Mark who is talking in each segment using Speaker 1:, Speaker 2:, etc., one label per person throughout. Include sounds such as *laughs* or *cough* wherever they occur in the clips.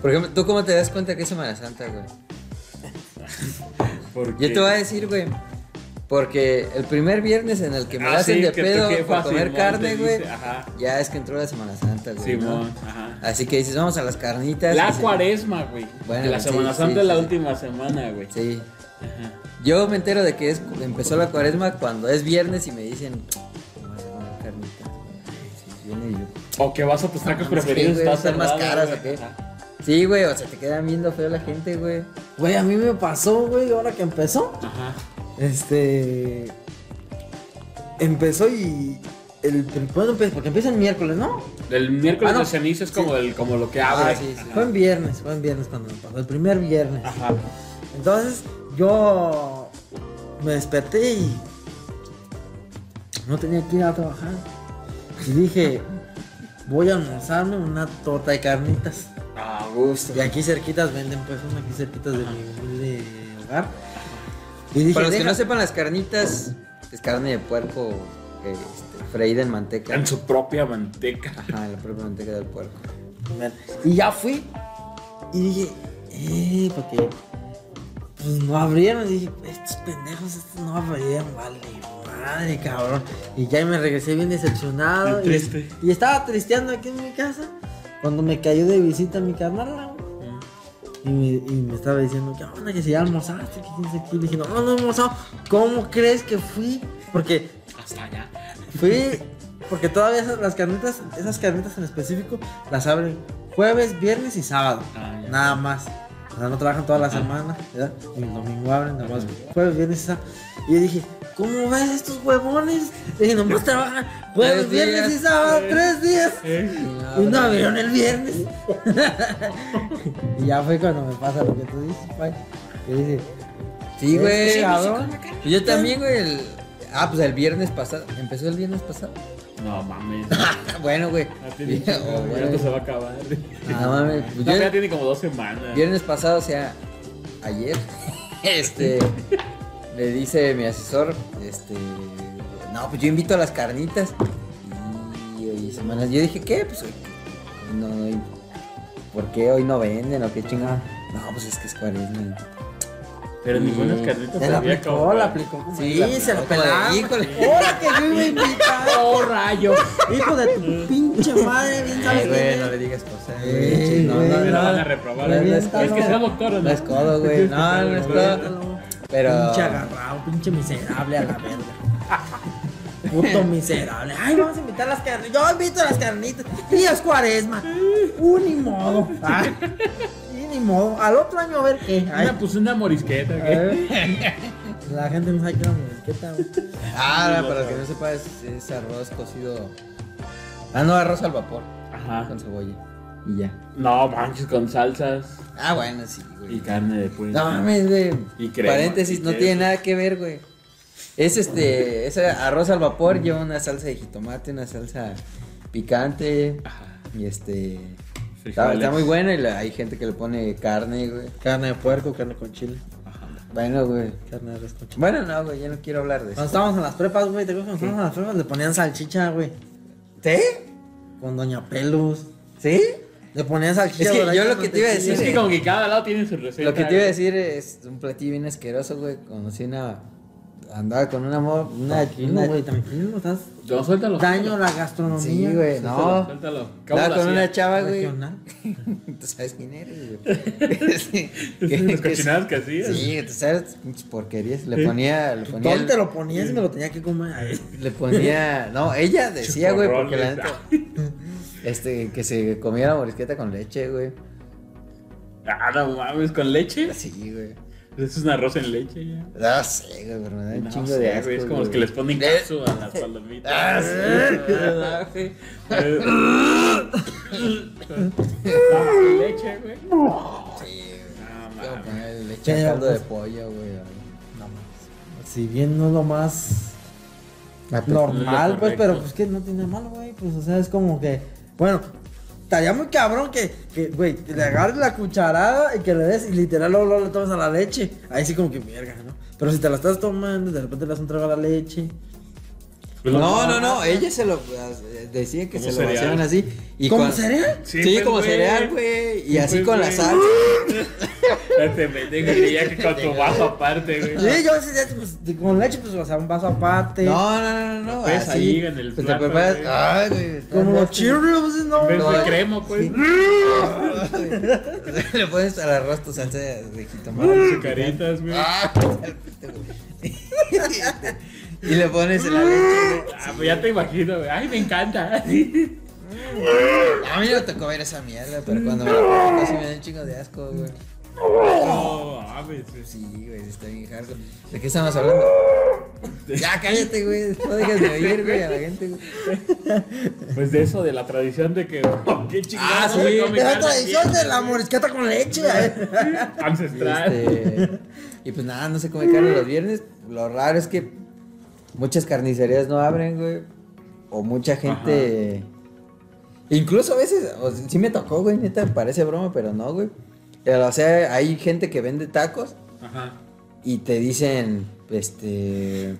Speaker 1: Por ejemplo, ¿tú cómo te das cuenta que es Semana Santa, güey?
Speaker 2: Porque...
Speaker 1: Yo te voy a decir, güey. Porque el primer viernes en el que me
Speaker 2: Ah,
Speaker 1: hacen
Speaker 2: sí,
Speaker 1: de
Speaker 2: que tu
Speaker 1: pedo
Speaker 2: jefa
Speaker 1: por comer
Speaker 2: Simón te
Speaker 1: carne, güey,
Speaker 2: dice, ajá.
Speaker 1: ya es que entró la Semana Santa, güey. ¿no?
Speaker 2: Simón, ajá.
Speaker 1: Así que dices, vamos a las carnitas.
Speaker 2: La
Speaker 1: Y se-
Speaker 2: cuaresma, güey.
Speaker 1: Bueno,
Speaker 2: Que la
Speaker 1: sí,
Speaker 2: Semana
Speaker 1: sí,
Speaker 2: Santa es la
Speaker 1: sí.
Speaker 2: última semana, güey.
Speaker 1: Sí.
Speaker 2: Ajá.
Speaker 1: Yo me entero de que es, empezó la cuaresma cuando es viernes y me dicen, vamos a comer carnitas, güey. Sí, sí, viene y yo, "Ah,
Speaker 2: O que vas a tus tacos
Speaker 1: No mames,
Speaker 2: preferidos,
Speaker 1: sí, güey,
Speaker 2: estás
Speaker 1: están más
Speaker 2: cerrado,
Speaker 1: caras,
Speaker 2: güey.
Speaker 1: ¿o qué?
Speaker 2: Ajá.
Speaker 1: Sí, güey, o sea, te quedan viendo feo la gente, güey.
Speaker 3: Güey, a mí me pasó, güey, ahora que empezó.
Speaker 2: Ajá.
Speaker 3: Este. Empezó y. El, el- ¿cuándo empezó? Porque empieza el miércoles, ¿no?
Speaker 2: El miércoles
Speaker 3: Ah, no.
Speaker 2: de ceniza es como, el, como lo que abre.
Speaker 1: Ah, sí, sí.
Speaker 3: Fue en viernes, fue en viernes cuando me pasó, el primer viernes.
Speaker 2: Ajá.
Speaker 3: Entonces, yo me desperté y no tenía que ir a trabajar. Y dije, voy a almorzarme una torta de carnitas.
Speaker 2: A gusto.
Speaker 3: Y aquí cerquitas venden, pues, una aquí cerquitas de mi humilde hogar. Y dije,
Speaker 1: Para los que
Speaker 3: "Deja-
Speaker 1: no sepan, las carnitas es carne de puerco eh, este, freída en manteca.
Speaker 2: En su propia manteca.
Speaker 1: Ajá, en la propia manteca del puerco.
Speaker 3: Ver, Y ya fui. Y dije, eh, porque. Pues no abrieron. Y dije, estos pendejos, estos no abrieron. Vale, madre, cabrón. Y ya me regresé bien
Speaker 2: Bien
Speaker 3: decepcionado. y-
Speaker 2: triste.
Speaker 3: Y, estaba tristeando aquí en mi casa. Cuando me cayó de visita mi carnal.
Speaker 2: Mm,
Speaker 3: Y me, y me estaba diciendo, ¿qué onda? Que si ya almorzaste, que quién sabe qué. Y dije, no, no he almorzado. ¿Cómo crees que fui? Porque
Speaker 2: Hasta allá.
Speaker 3: Fui porque todavía esas, las carnitas, esas carnitas en específico, las abren jueves, viernes y sábado.
Speaker 2: Ah, ya.
Speaker 3: Nada más. O sea, no trabajan toda la semana, ¿verdad? Y el domingo abren, nada más jueves, viernes y sábado. Y yo dije, ¿cómo ves estos huevones? Le dije, nomás trabajan jueves,
Speaker 1: Tres
Speaker 3: viernes y
Speaker 1: días.
Speaker 3: sábado, tres días.
Speaker 1: ¿Eh?
Speaker 3: Y no
Speaker 1: ahora-
Speaker 3: abrieron el viernes. *laughs* y ya fue cuando me pasa lo que tú dices, pai. Y dije,
Speaker 1: Sí, güey.
Speaker 3: Este cabrón.
Speaker 1: Yo también, güey. el- Ah, pues el viernes pasado. ¿Empezó el viernes pasado? *laughs*
Speaker 2: No mames.
Speaker 1: bueno, güey.
Speaker 2: Ya Ah, tiene-
Speaker 1: Sí, *laughs* oh,
Speaker 2: ya
Speaker 1: güey.
Speaker 2: esto se va a acabar.
Speaker 1: No mames, pues
Speaker 2: No,
Speaker 1: yo-
Speaker 2: ya tiene como dos semanas.
Speaker 1: Viernes pasado, o sea, *laughs* ayer, este, le dice mi asesor, este, no, pues yo invito a las carnitas. Y hoy semanas, yo dije, ¿qué? Pues hoy, hoy no, hoy- ¿por qué hoy no venden o qué chingada? No, pues es que es cuaresma.
Speaker 2: Pero ninguna
Speaker 1: Sí.
Speaker 2: carnita
Speaker 3: se la
Speaker 2: sabía
Speaker 3: aplicó,
Speaker 2: como.
Speaker 3: la aplicó. como
Speaker 1: Sí,
Speaker 3: la
Speaker 1: se la
Speaker 3: aplicó, como de,
Speaker 1: pelaron.
Speaker 3: Híjole, ahora que yo iba a invitar.
Speaker 2: ¡Oh, rayo!
Speaker 3: Hijo de tu pinche madre, bien sabes
Speaker 1: Mm. Ay, güey,
Speaker 3: quién
Speaker 1: no
Speaker 3: es.
Speaker 1: le digas cosas.
Speaker 3: Güey,
Speaker 1: güey, no,
Speaker 3: güey,
Speaker 1: no,
Speaker 2: Me la
Speaker 1: no.
Speaker 2: van a reprobar. ¿eh?
Speaker 3: Reviéntalo.
Speaker 2: Es que sea doctor o no.
Speaker 1: No es codo, güey. No, no es codo.
Speaker 3: Cuéntalo.
Speaker 1: Pero-
Speaker 3: Pinche agarrado, pinche miserable a la verga. Puto miserable. Ay, vamos a invitar las carnitas. Yo invito a las carnitas. Y es cuaresma. Uh, ni modo. Ay, y ni modo. Al otro año a ver qué. Ay,
Speaker 2: Una, pues una morisqueta,
Speaker 3: a
Speaker 1: Eh.
Speaker 2: güey.
Speaker 3: ver. La gente no sabe que era muñequeta, güey.
Speaker 1: Ah, para el que no sepa, es, es arroz cocido. Ah, no, arroz al vapor.
Speaker 2: Ajá.
Speaker 1: Con cebolla. Y ya.
Speaker 2: No, manches, con salsas.
Speaker 1: Ah, bueno, sí, güey.
Speaker 2: Y carne de puerco.
Speaker 1: No mames, güey.
Speaker 2: Y crema,
Speaker 1: Paréntesis,
Speaker 2: y
Speaker 1: no
Speaker 2: queso.
Speaker 1: tiene nada que ver, güey. Es este, es arroz al vapor, lleva una salsa de jitomate, una salsa picante.
Speaker 2: Ajá.
Speaker 1: Y este. Está,
Speaker 2: Frijoles.
Speaker 1: está muy buena y la- hay gente que le pone carne, güey.
Speaker 3: Carne de puerco, carne con chile.
Speaker 1: Bueno, güey.
Speaker 3: Carne de res con chile.
Speaker 1: Bueno, no, güey, ya no quiero hablar de
Speaker 3: Cuando
Speaker 1: eso.
Speaker 3: estábamos en las prepas, güey, te acuerdas cuando estábamos en las prepas le ponían salchicha, güey.
Speaker 1: ¿Sí?
Speaker 3: Con Doña Pelus.
Speaker 1: ¿sí?
Speaker 3: Le ponían salchicha.
Speaker 1: Es que
Speaker 3: dorada
Speaker 1: yo
Speaker 3: con
Speaker 1: lo que te iba a
Speaker 3: mantequilla.
Speaker 2: Es que como que cada lado tiene su receta. ¿eh?
Speaker 1: Lo que te iba a
Speaker 2: güey.
Speaker 1: decir es un platillo bien asqueroso, güey. Conocí una. Andaba con una. mo- una,
Speaker 3: Tranquilo,
Speaker 1: una-
Speaker 3: güey, tranquilo, estás
Speaker 2: No, suéltalo.
Speaker 3: daño a la gastronomía.
Speaker 1: Sí, güey,
Speaker 2: suéltalo,
Speaker 1: no.
Speaker 2: Suéltalo. ¿Cómo
Speaker 1: Andaba
Speaker 2: lo
Speaker 1: con
Speaker 2: hacía?
Speaker 1: una chava, güey.
Speaker 3: regional.
Speaker 1: *laughs* Tú sabes quién eres,
Speaker 2: *laughs*
Speaker 1: güey. *laughs* sí,
Speaker 2: Las cochinadas que hacías.
Speaker 1: Sí, tú sabes, pinches porquerías. Le ponía. Le ponía,
Speaker 3: Todo te lo ponías y me lo tenía que comer. Ay,
Speaker 1: Le ponía. No, ella decía, güey, porque la
Speaker 2: Chuporroles.
Speaker 1: neta. *laughs* Este, que se comía la morisqueta con leche, güey.
Speaker 2: Ah, no mames, ¿con leche?
Speaker 1: Así, güey.
Speaker 2: Eso es un arroz en leche ya.
Speaker 1: No sé, güey, pero me da un
Speaker 2: No
Speaker 1: chingo de
Speaker 2: sé, güey,
Speaker 1: asco.
Speaker 2: Es como los que les ponen
Speaker 1: Eh,
Speaker 2: queso a las palomitas.
Speaker 1: Ah, sí.
Speaker 2: Ah, sí.
Speaker 1: *laughs*
Speaker 2: Eh, no, leche, güey.
Speaker 1: Sí,
Speaker 2: No,
Speaker 1: güey. Yo
Speaker 2: mames.
Speaker 1: ponía leche al
Speaker 3: Pero,
Speaker 1: caldo de
Speaker 3: pues,
Speaker 1: pollo, güey.
Speaker 3: No mames. Si bien no es lo más
Speaker 2: es
Speaker 3: normal,
Speaker 2: lo
Speaker 3: pues, pero
Speaker 2: correcto.
Speaker 3: pues que no tiene nada malo, güey. Pues, o sea, es como que. Bueno, estaría muy cabrón que, que, güey, que le agarres la cucharada y que le des y literal luego, luego le tomas a la leche. Ahí sí, como que mierda, ¿no? Pero si te la estás tomando y de repente le das un trago a la leche.
Speaker 2: Pues
Speaker 1: No, no, no, ella se lo eh, decía que
Speaker 2: Como
Speaker 1: se lo
Speaker 2: cereal.
Speaker 1: vaciaban así. Y
Speaker 3: ¿Cómo
Speaker 1: cuan-
Speaker 3: será?
Speaker 1: Sí,
Speaker 2: pues,
Speaker 1: como
Speaker 2: güey.
Speaker 1: cereal, güey. Y
Speaker 2: Sí,
Speaker 1: así
Speaker 2: pues,
Speaker 1: con la
Speaker 2: güey.
Speaker 1: salsa.
Speaker 2: Este pendejo y ya que con tu vaso aparte, güey.
Speaker 3: Sí, yo sí, sí, pues, de- con leche, pues, o sea, un vaso aparte.
Speaker 1: No, no, no, no.
Speaker 2: Pues,
Speaker 1: así.
Speaker 2: ahí, en el
Speaker 1: pues,
Speaker 2: plato,
Speaker 1: te preparas.
Speaker 2: güey.
Speaker 1: Ay, güey. está
Speaker 3: Como los
Speaker 1: loco.
Speaker 3: Cheerios, no.
Speaker 2: En vez
Speaker 1: No,
Speaker 2: de
Speaker 1: eh.
Speaker 2: crema, pues.
Speaker 1: Sí. *laughs* Le pones al arroz tu salsa de jitomate.
Speaker 2: Caritas, güey.
Speaker 1: Ah, y le pones la leche.
Speaker 2: Ah, pues ya te imagino, güey. Ay, me encanta.
Speaker 1: A mí no me tocó ver esa mierda, pero cuando me la ponen casi me da un chingo de asco, güey.
Speaker 2: No, mames, güey.
Speaker 1: Sí, güey, está bien hardcore. ¿De qué estamos hablando? Ya, cállate, güey. No dejas de oír, güey, a la gente, güey.
Speaker 2: Pues de eso, de la tradición de que. *laughs* ¡Qué chingada!
Speaker 1: Ah, sí.
Speaker 2: se come
Speaker 3: De la
Speaker 2: carne
Speaker 3: tradición
Speaker 2: así,
Speaker 3: de la morisqueta con leche. eh.
Speaker 1: Y,
Speaker 2: Ancestral.
Speaker 1: este, y pues nada, no se come carne los viernes. Lo raro es que muchas carnicerías no abren, güey. O mucha gente. Incluso a veces, o sea, sí me tocó, güey, neta, parece broma, pero no, güey. Pero, o sea, hay gente que vende tacos
Speaker 2: Ajá.
Speaker 1: y te dicen, este,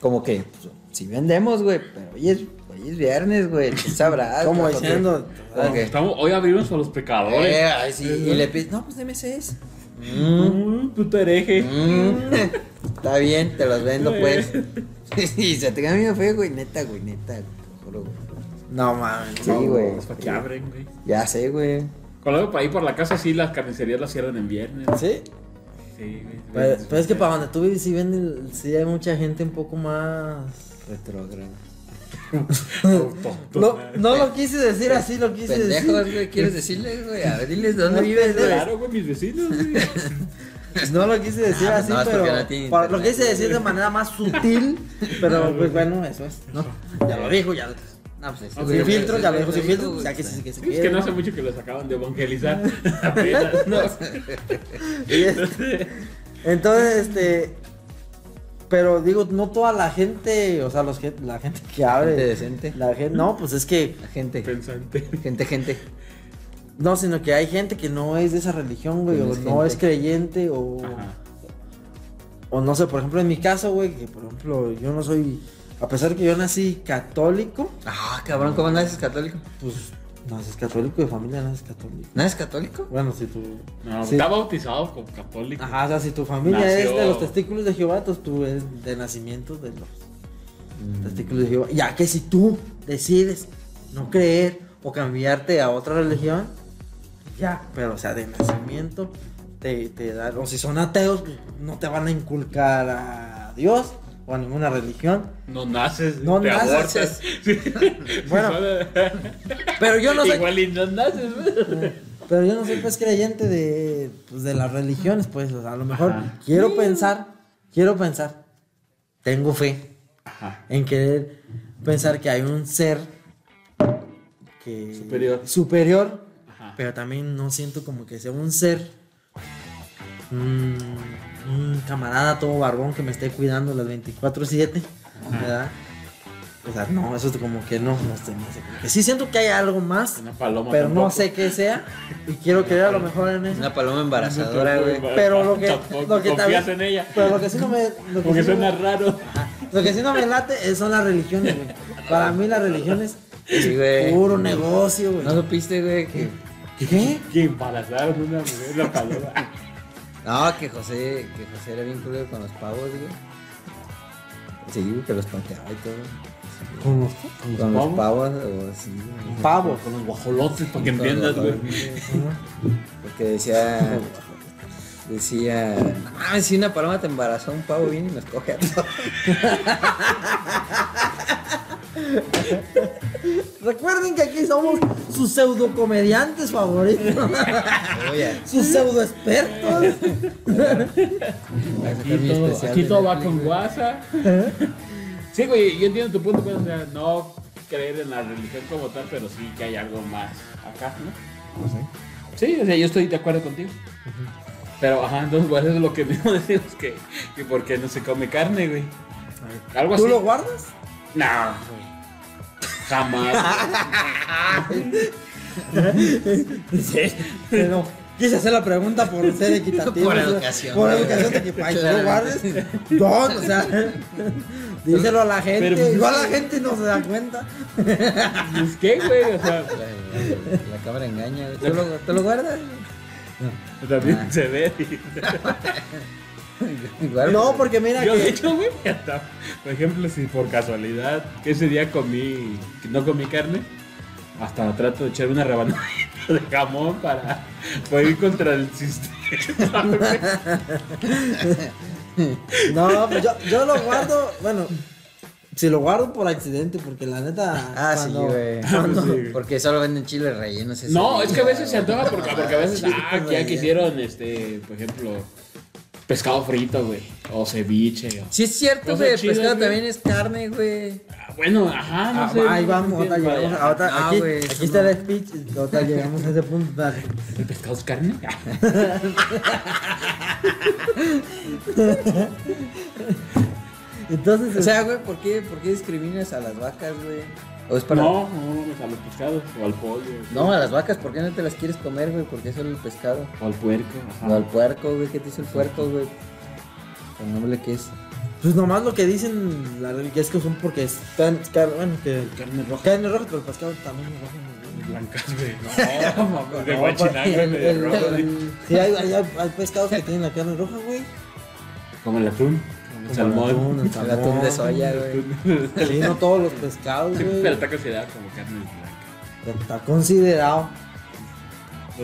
Speaker 1: como que, pues, si vendemos, güey, pero hoy es, hoy es viernes, güey, tú sabrás.
Speaker 3: Como
Speaker 1: güey, porque-
Speaker 3: diciendo,
Speaker 1: como que,
Speaker 2: Estamos, hoy abrimos a los pecadores.
Speaker 1: eh, ay, sí, y le pides, no, pues deme seis.
Speaker 2: Mm, tú te hereje.
Speaker 1: Mm, Está bien, te los vendo, pues. *laughs* Y se te queda medio feo, güey, neta, güey, neta, te lo juro, güey.
Speaker 3: No mames.
Speaker 1: Sí, güey.
Speaker 2: Hasta que abren, güey.
Speaker 1: Ya sé, güey.
Speaker 2: Cuando por ahí por la casa, sí, las carnicerías las cierran en viernes.
Speaker 3: Sí.
Speaker 2: Sí, güey.
Speaker 3: Pero, pero es que para donde tú vives sí venden, sí hay mucha gente un poco más.
Speaker 1: Retrógrado.
Speaker 3: No, no *laughs* lo quise decir así, lo quise
Speaker 1: Pendejos,
Speaker 3: decir.
Speaker 1: güey, ¿quieres decirles, güey? A ver, diles dónde
Speaker 3: No,
Speaker 1: vives, güey.
Speaker 2: Claro, güey, mis vecinos, güey.
Speaker 3: Pues No lo quise decir
Speaker 1: Ah,
Speaker 3: así,
Speaker 1: no, es porque
Speaker 3: pero.
Speaker 1: no tiene
Speaker 3: para- lo
Speaker 1: internet.
Speaker 3: quise decir de manera más sutil, pero pues bueno, eso es. ¿no? Ya lo dijo, ya. No, pues,
Speaker 1: Ok,
Speaker 3: sin
Speaker 1: ok,
Speaker 3: filtro,
Speaker 1: ok,
Speaker 3: ya lo dijo
Speaker 1: ok,
Speaker 3: sin
Speaker 1: ok,
Speaker 3: filtro,
Speaker 1: ok,
Speaker 3: pues ya que
Speaker 1: ok.
Speaker 3: sí, que se
Speaker 2: Es que
Speaker 3: quiere.
Speaker 2: no hace mucho que los acaban de evangelizar. Apenas, ¿no?
Speaker 3: Y es- *laughs* Entonces, este. Pero digo, no toda la gente, o sea, los gen- la gente que abre.
Speaker 1: Gente decente.
Speaker 3: La gente, no, pues es que.
Speaker 1: La gente,
Speaker 2: Pensante.
Speaker 1: gente, gente.
Speaker 3: No, sino que hay gente que no es de esa religión, güey,
Speaker 1: Que no
Speaker 3: o
Speaker 1: Pues es
Speaker 3: no
Speaker 1: gente.
Speaker 3: es creyente, o.
Speaker 2: Ajá.
Speaker 3: O no sé, por ejemplo, en mi caso, güey, que por ejemplo, yo no soy. A pesar que yo nací católico,
Speaker 1: Ah, cabrón, ¿cómo naces católico?
Speaker 3: pues naces católico de familia, naces católico.
Speaker 1: ¿Naces católico?
Speaker 3: Bueno, si tu.
Speaker 2: No,
Speaker 3: Sí.
Speaker 2: está bautizado como católico.
Speaker 3: Ajá, o sea, si tu familia es de
Speaker 2: Nació-
Speaker 3: los testículos de Jehová, pues tú eres de nacimiento de los
Speaker 2: Mm.
Speaker 3: testículos de Jehová. Ya que si tú decides no creer o cambiarte a otra religión, ya, pero o sea, de nacimiento te, te dan, o si son ateos, pues, no te van a inculcar a Dios o a
Speaker 2: *laughs*
Speaker 3: ninguna religión.
Speaker 2: No naces,
Speaker 3: No
Speaker 2: te
Speaker 3: naces.
Speaker 2: abortas. Sí. *laughs*
Speaker 3: Bueno. Pero yo no soy,
Speaker 2: Igual y no naces, güey.
Speaker 3: pero yo no soy pues creyente de, pues, de las religiones, pues, o sea, a lo mejor
Speaker 2: Ajá.
Speaker 3: quiero pensar, quiero pensar, tengo fe.
Speaker 2: Ajá.
Speaker 3: en querer pensar que hay un ser que
Speaker 2: Superior.
Speaker 3: superior,
Speaker 2: Ajá.
Speaker 3: pero también no siento como que sea un ser mm, un camarada todo barbón que me esté cuidando las 24/7, ¿verdad? O sea, no, eso es como que no, no sé, no sé, como que sí siento que hay algo más,
Speaker 2: Una paloma.
Speaker 3: pero no
Speaker 2: tampoco.
Speaker 3: sé qué sea y quiero creer a lo mejor en eso.
Speaker 1: Una paloma embarazadora, güey.
Speaker 3: Pero lo que-
Speaker 2: Tampoco
Speaker 3: lo que
Speaker 2: confías
Speaker 3: también-
Speaker 2: en ella.
Speaker 3: Pero lo que sí no me lo que
Speaker 2: Porque
Speaker 3: sí no me-
Speaker 2: suena raro.
Speaker 3: lo que sí no me late es- son las religiones, güey. Para mí las religiones
Speaker 1: Sí, güey.
Speaker 3: Puro negocio, güey.
Speaker 1: Eh, ¿No supiste, güey, que...
Speaker 3: ¿Qué?
Speaker 2: Que embarazaron una mujer, una paloma.
Speaker 1: No, que José, que José era bien culero con los pavos, güey. Sí, güey, que los panteaba y todo.
Speaker 3: Con los
Speaker 1: Con los
Speaker 2: pavos?
Speaker 1: pavos, o sí, güey.
Speaker 3: pavos.
Speaker 2: Con los guajolotes, para que
Speaker 1: Con los
Speaker 2: entiendas, güey.
Speaker 1: guajolotes. Porque
Speaker 2: *laughs*
Speaker 1: decía. Decía. Ah, si una paloma te embarazó, un pavo viene y nos coge a
Speaker 2: *laughs*
Speaker 1: todos.
Speaker 3: Recuerden que aquí somos sus pseudocomediantes favoritos, *laughs*
Speaker 1: Oye,
Speaker 3: sus pseudoexpertos.
Speaker 2: Aquí todo, aquí todo va con guasa. Sí, güey, yo entiendo tu punto, pero o sea, no creer en la religión como tal, pero sí que hay algo más acá, ¿no? Sí, o sea, yo estoy de acuerdo contigo. Pero, ajá, entonces, pues eso es lo que *laughs* mismo decimos, que, que por qué no se come carne, güey. Algo así.
Speaker 3: ¿Tú lo guardas?
Speaker 2: No, güey. Jamás.
Speaker 1: Sí.
Speaker 3: Pero quise hacer la pregunta por ser equitativo.
Speaker 1: Por
Speaker 3: o sea,
Speaker 1: educación.
Speaker 3: Por educación de que para que no
Speaker 1: Claro.
Speaker 3: guardes. No, o sea. Díselo a la gente.
Speaker 2: Pero-
Speaker 3: igual la gente no se da cuenta.
Speaker 2: Pues qué, güey, o sea,
Speaker 1: La, la- la cámara engaña. güey. ¿Tú lo, tú lo guardas?
Speaker 2: también
Speaker 1: Ah.
Speaker 2: se ve.
Speaker 1: *laughs* Igual.
Speaker 3: No, porque mira
Speaker 2: Yo,
Speaker 3: que.
Speaker 2: de hecho, güey, hasta, por ejemplo, si por casualidad que ese día comí, que no comí carne, hasta trato de echar una rebanada de jamón para poder ir contra el
Speaker 3: *laughs*
Speaker 2: sistema. güey.
Speaker 3: No, pues yo, yo lo guardo. Bueno, si lo guardo por accidente, porque la neta.
Speaker 1: Ah, sí,
Speaker 3: cuando-
Speaker 1: güey.
Speaker 2: *laughs* Cuando-
Speaker 1: Porque solo venden chiles rellenos. ese
Speaker 2: No,
Speaker 1: día,
Speaker 2: es que a veces se
Speaker 1: güey.
Speaker 2: antoja porque, porque a veces,
Speaker 3: Sí,
Speaker 2: ah, que ya que hicieron, este, por ejemplo, pescado frito, güey, o ceviche, o...
Speaker 1: Sí, es cierto,
Speaker 2: Cosas
Speaker 1: güey. El
Speaker 2: chidas,
Speaker 1: pescado
Speaker 2: güey.
Speaker 1: también es carne, güey.
Speaker 2: Ah, Bueno, ajá, no
Speaker 3: Ah,
Speaker 2: sé.
Speaker 3: ahí
Speaker 2: no
Speaker 3: vamos,
Speaker 2: entiendo,
Speaker 3: ahorita llegamos,
Speaker 2: vaya.
Speaker 3: ahorita-
Speaker 1: Ah,
Speaker 3: aquí,
Speaker 1: güey,
Speaker 3: aquí
Speaker 1: eso
Speaker 3: está
Speaker 1: no.
Speaker 3: el speech, ahorita llegamos a ese punto. dale.
Speaker 2: ¿El pescado es carne?
Speaker 3: Entonces,
Speaker 1: O sea, güey, ¿por qué, ¿por qué discriminas a las vacas, güey? ¿O es para.?
Speaker 2: No, no, pues, a los pescados, o al pollo,
Speaker 1: No, a las vacas, ¿por qué no te las quieres comer, güey? Porque es solo el pescado.
Speaker 2: o al puerco,
Speaker 1: O
Speaker 2: ajá.
Speaker 1: al puerco, güey. ¿Qué te hizo el puerco, güey? El nombre que es.
Speaker 3: pues nomás lo que dicen la religión es que son porque están, car- bueno, que
Speaker 2: Carne roja.
Speaker 3: caen en rojo, pero el pescado también es rojo. ¿no?
Speaker 2: Blancas, güey. *laughs* No, mamá, de
Speaker 3: No,
Speaker 2: guachinango,
Speaker 3: porque
Speaker 2: güey, de
Speaker 3: el-
Speaker 2: rojo, güey.
Speaker 3: el- Sí, hay, hay- hay pescados que tienen la carne roja, güey.
Speaker 2: Como el atún. Como el salmón. *laughs*
Speaker 1: *laughs*
Speaker 3: El
Speaker 1: El atún de soya, güey.
Speaker 3: Sí, no todos los pescados, güey.
Speaker 2: Pero está considerada como carne blanca.
Speaker 3: Está considerado. *laughs*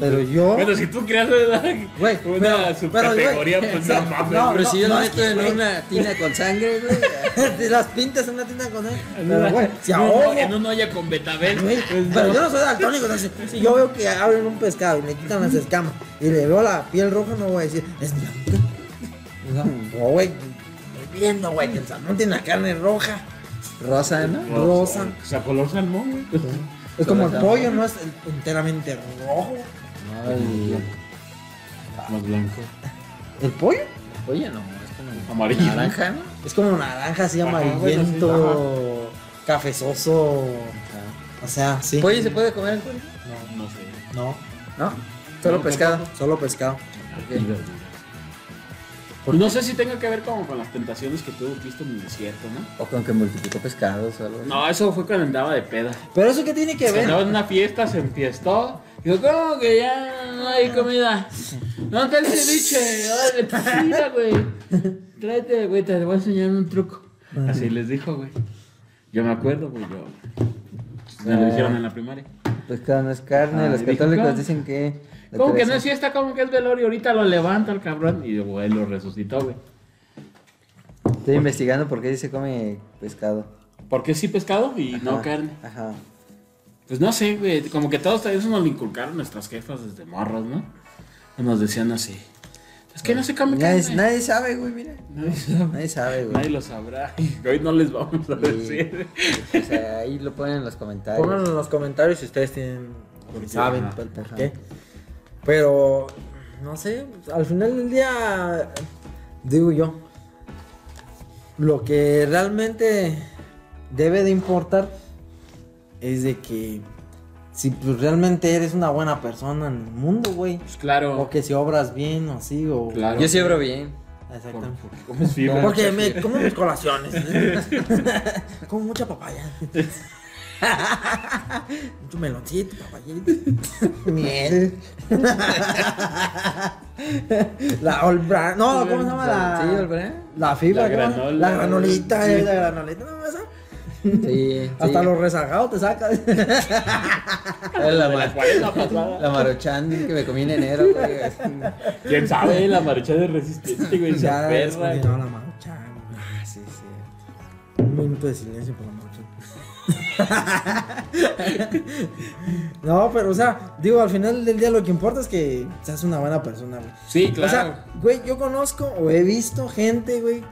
Speaker 3: Pero yo-
Speaker 2: Bueno, si tú creas una,
Speaker 3: Güey, pero-
Speaker 2: una
Speaker 3: pero,
Speaker 2: subcategoría,
Speaker 3: güey,
Speaker 2: pues
Speaker 3: o sea, *laughs*
Speaker 2: no mames.
Speaker 3: no,
Speaker 2: güey.
Speaker 1: Pero si yo lo
Speaker 3: no, es
Speaker 1: meto
Speaker 3: que,
Speaker 1: en
Speaker 3: güey.
Speaker 1: una tina con sangre, güey.
Speaker 3: Te las pintas en una tienda con él.
Speaker 2: En
Speaker 3: Pero,
Speaker 2: una-
Speaker 3: güey, si
Speaker 2: en
Speaker 3: ahogo.
Speaker 2: una- En una olla con betabel.
Speaker 3: Güey,
Speaker 2: pues,
Speaker 3: pero
Speaker 2: no.
Speaker 3: yo no soy daltónico, entonces si yo veo que abren un pescado y le quitan las escamas y le veo la piel roja, no voy a decir, es blanca. No, No, güey, estoy viendo, güey, que el salmón tiene la carne roja.
Speaker 1: Rosa, ¿no?
Speaker 3: rosa.
Speaker 2: O sea, color salmón, güey. pues.
Speaker 3: Es como el
Speaker 1: Rosa.
Speaker 3: pollo, no es enteramente rojo.
Speaker 1: No, el.
Speaker 2: Más blanco.
Speaker 3: ¿El pollo?
Speaker 1: Oye, no, es como.
Speaker 2: Amarillo.
Speaker 1: Naranja, ¿no?
Speaker 3: Es como naranja, así
Speaker 2: Ajá,
Speaker 3: amarillento, cafezoso. O sea, sí.
Speaker 1: Pollo se puede comer el pollo.
Speaker 2: No sé.
Speaker 3: No,
Speaker 1: No, solo
Speaker 2: No,
Speaker 1: pescado.
Speaker 3: solo pescado.
Speaker 1: qué?
Speaker 2: Y verduras. No sé si tenga que ver como con las tentaciones que tuvo Cristo en el desierto, ¿no?
Speaker 1: O con que multiplicó pescados o algo. así.
Speaker 2: No, eso fue cuando andaba de peda.
Speaker 3: Pero eso que tiene que ver.
Speaker 2: Andaba en una fiesta, se enfiestó. Dijo, ¿cómo que ya no hay comida? No está el ceviche, órale, pues, mira, *laughs* güey. Tráete, güey, te voy a enseñar un truco. Así les dijo, güey. Yo me acuerdo, güey, yo. pues, Me lo
Speaker 1: No.
Speaker 2: dijeron en la primaria.
Speaker 1: Pescado no es carne.
Speaker 2: Ah,
Speaker 1: Los
Speaker 2: y dijo,
Speaker 1: católicos
Speaker 2: ¿cómo?
Speaker 1: dicen que. la
Speaker 2: ¿Cómo que no
Speaker 1: tradición-
Speaker 2: es fiesta? ¿Cómo que es velorio? Ahorita lo levanta el cabrón. Y, güey, lo resucitó, güey.
Speaker 1: Estoy investigando por qué dice come pescado.
Speaker 2: ¿Por qué sí pescado y no
Speaker 1: Ajá,
Speaker 2: carne?
Speaker 1: Ajá.
Speaker 2: Pues no sé, güey. Como que todos eso nos lo inculcaron nuestras jefas desde morros, ¿no? Nos decían así. Es que no se come carne.
Speaker 1: Nadie, nadie sabe, güey, mira.
Speaker 2: *laughs* Nadie sabe.
Speaker 1: Nadie sabe, güey.
Speaker 2: Nadie lo sabrá. *laughs* Hoy no les vamos a decir.
Speaker 1: O sea, ahí lo ponen en los comentarios.
Speaker 3: Pónganlo en los comentarios si ustedes tienen,
Speaker 2: Porque,
Speaker 3: saben
Speaker 2: ajá,
Speaker 3: el por
Speaker 1: ajá.
Speaker 3: qué. Pero, no sé, al final del día, digo yo, lo que realmente debe de importar es de que si pues, realmente eres una buena persona en el mundo, güey.
Speaker 2: Pues claro.
Speaker 3: O que si obras bien o así, o...
Speaker 2: Claro.
Speaker 1: Yo siembro bien.
Speaker 3: Exactamente.
Speaker 2: Por- por- ¿Cómo es fibra?
Speaker 3: Porque me como
Speaker 2: *laughs*
Speaker 3: mis colaciones. como mucha papaya. Mucho meloncito, papayito. Miel. la olbra. No, ¿cómo se llama la?
Speaker 1: Sí, ¿verdad?
Speaker 3: La fibra.
Speaker 2: La
Speaker 3: ¿cómo?
Speaker 2: granola.
Speaker 3: La granolita,
Speaker 2: Sí.
Speaker 3: eh, la granolita. ¿no? Esa.
Speaker 1: Sí.
Speaker 3: Hasta
Speaker 1: sí.
Speaker 3: los rezagados te sacas.
Speaker 1: Era La,
Speaker 2: De
Speaker 1: ma-
Speaker 2: la cuarenta pasada.
Speaker 1: la maruchan que me comí en enero, güey.
Speaker 2: ¿Quién sabe? La marcha de resistente, güey. Se
Speaker 3: Pues ya
Speaker 2: perra.
Speaker 3: descontinuaron la maruchan.
Speaker 1: Ah, sí, sí.
Speaker 3: Un minuto de silencio por la noche. *laughs* no, pero, o sea, digo, al final del día lo que importa es que seas una buena persona, güey.
Speaker 2: Sí,
Speaker 3: O sea,
Speaker 2: claro.
Speaker 3: güey, yo conozco o he visto gente, güey,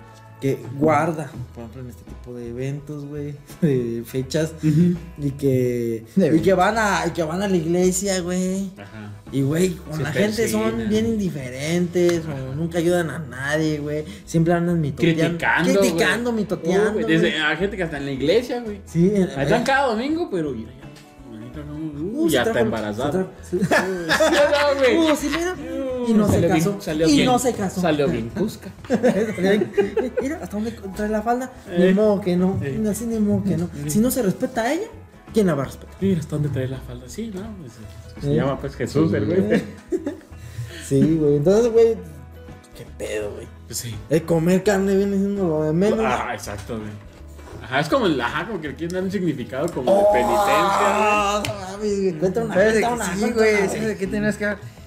Speaker 3: que guarda, por ejemplo, en este tipo de eventos, güey, *laughs* de fechas, y que,
Speaker 1: De
Speaker 3: y que, van, a, y que van a la iglesia, güey.
Speaker 2: Ajá.
Speaker 3: Y güey, con
Speaker 2: Se
Speaker 3: la gente son
Speaker 2: persignan.
Speaker 3: bien indiferentes, o nunca ayudan a nadie, güey. Siempre andan mitoteando.
Speaker 2: Criticando. güey.
Speaker 3: Criticando, mitoteando.
Speaker 2: Oh, güey,
Speaker 3: güey.
Speaker 2: Desde, a gente que hasta en la iglesia, güey.
Speaker 3: Sí, en-
Speaker 2: Ahí están cada domingo, pero mira, ya. trajo un- uh, ya está embarazada. *laughs*
Speaker 3: Uh,
Speaker 2: No, güey.
Speaker 3: sí, mira. Y no se
Speaker 2: Salió bien-
Speaker 3: casó.
Speaker 2: salió
Speaker 3: y
Speaker 2: bien-
Speaker 3: no se casó. *laughs*
Speaker 2: Salió bien Cusca.
Speaker 3: Mira, hasta dónde trae la falda. Ni
Speaker 2: Eh.
Speaker 3: modo que no.
Speaker 2: Eh.
Speaker 3: Así ni modo que no. Si no se respeta a ella, ¿quién la va a respetar?
Speaker 2: Mira hasta dónde trae la falda. Sí, no. pues, se
Speaker 3: Eh.
Speaker 2: llama pues Jesús, el güey.
Speaker 3: Sí, güey. Entonces, güey. ¿Qué pedo, güey?
Speaker 2: Pues Sí.
Speaker 3: El Eh, comer carne viene siendo lo de menos.
Speaker 2: Ah, exacto, güey. Ajá, es como el ajá, como que le quieren dar un significado
Speaker 3: Oh.
Speaker 2: como de penitencia,
Speaker 3: Ah, no mames, güey. Cuenta una,
Speaker 1: Pero es de
Speaker 3: cuenta
Speaker 1: que
Speaker 3: una,
Speaker 1: sí,
Speaker 3: cuenta
Speaker 1: güey,
Speaker 3: una,
Speaker 1: es de que tenías que hablar.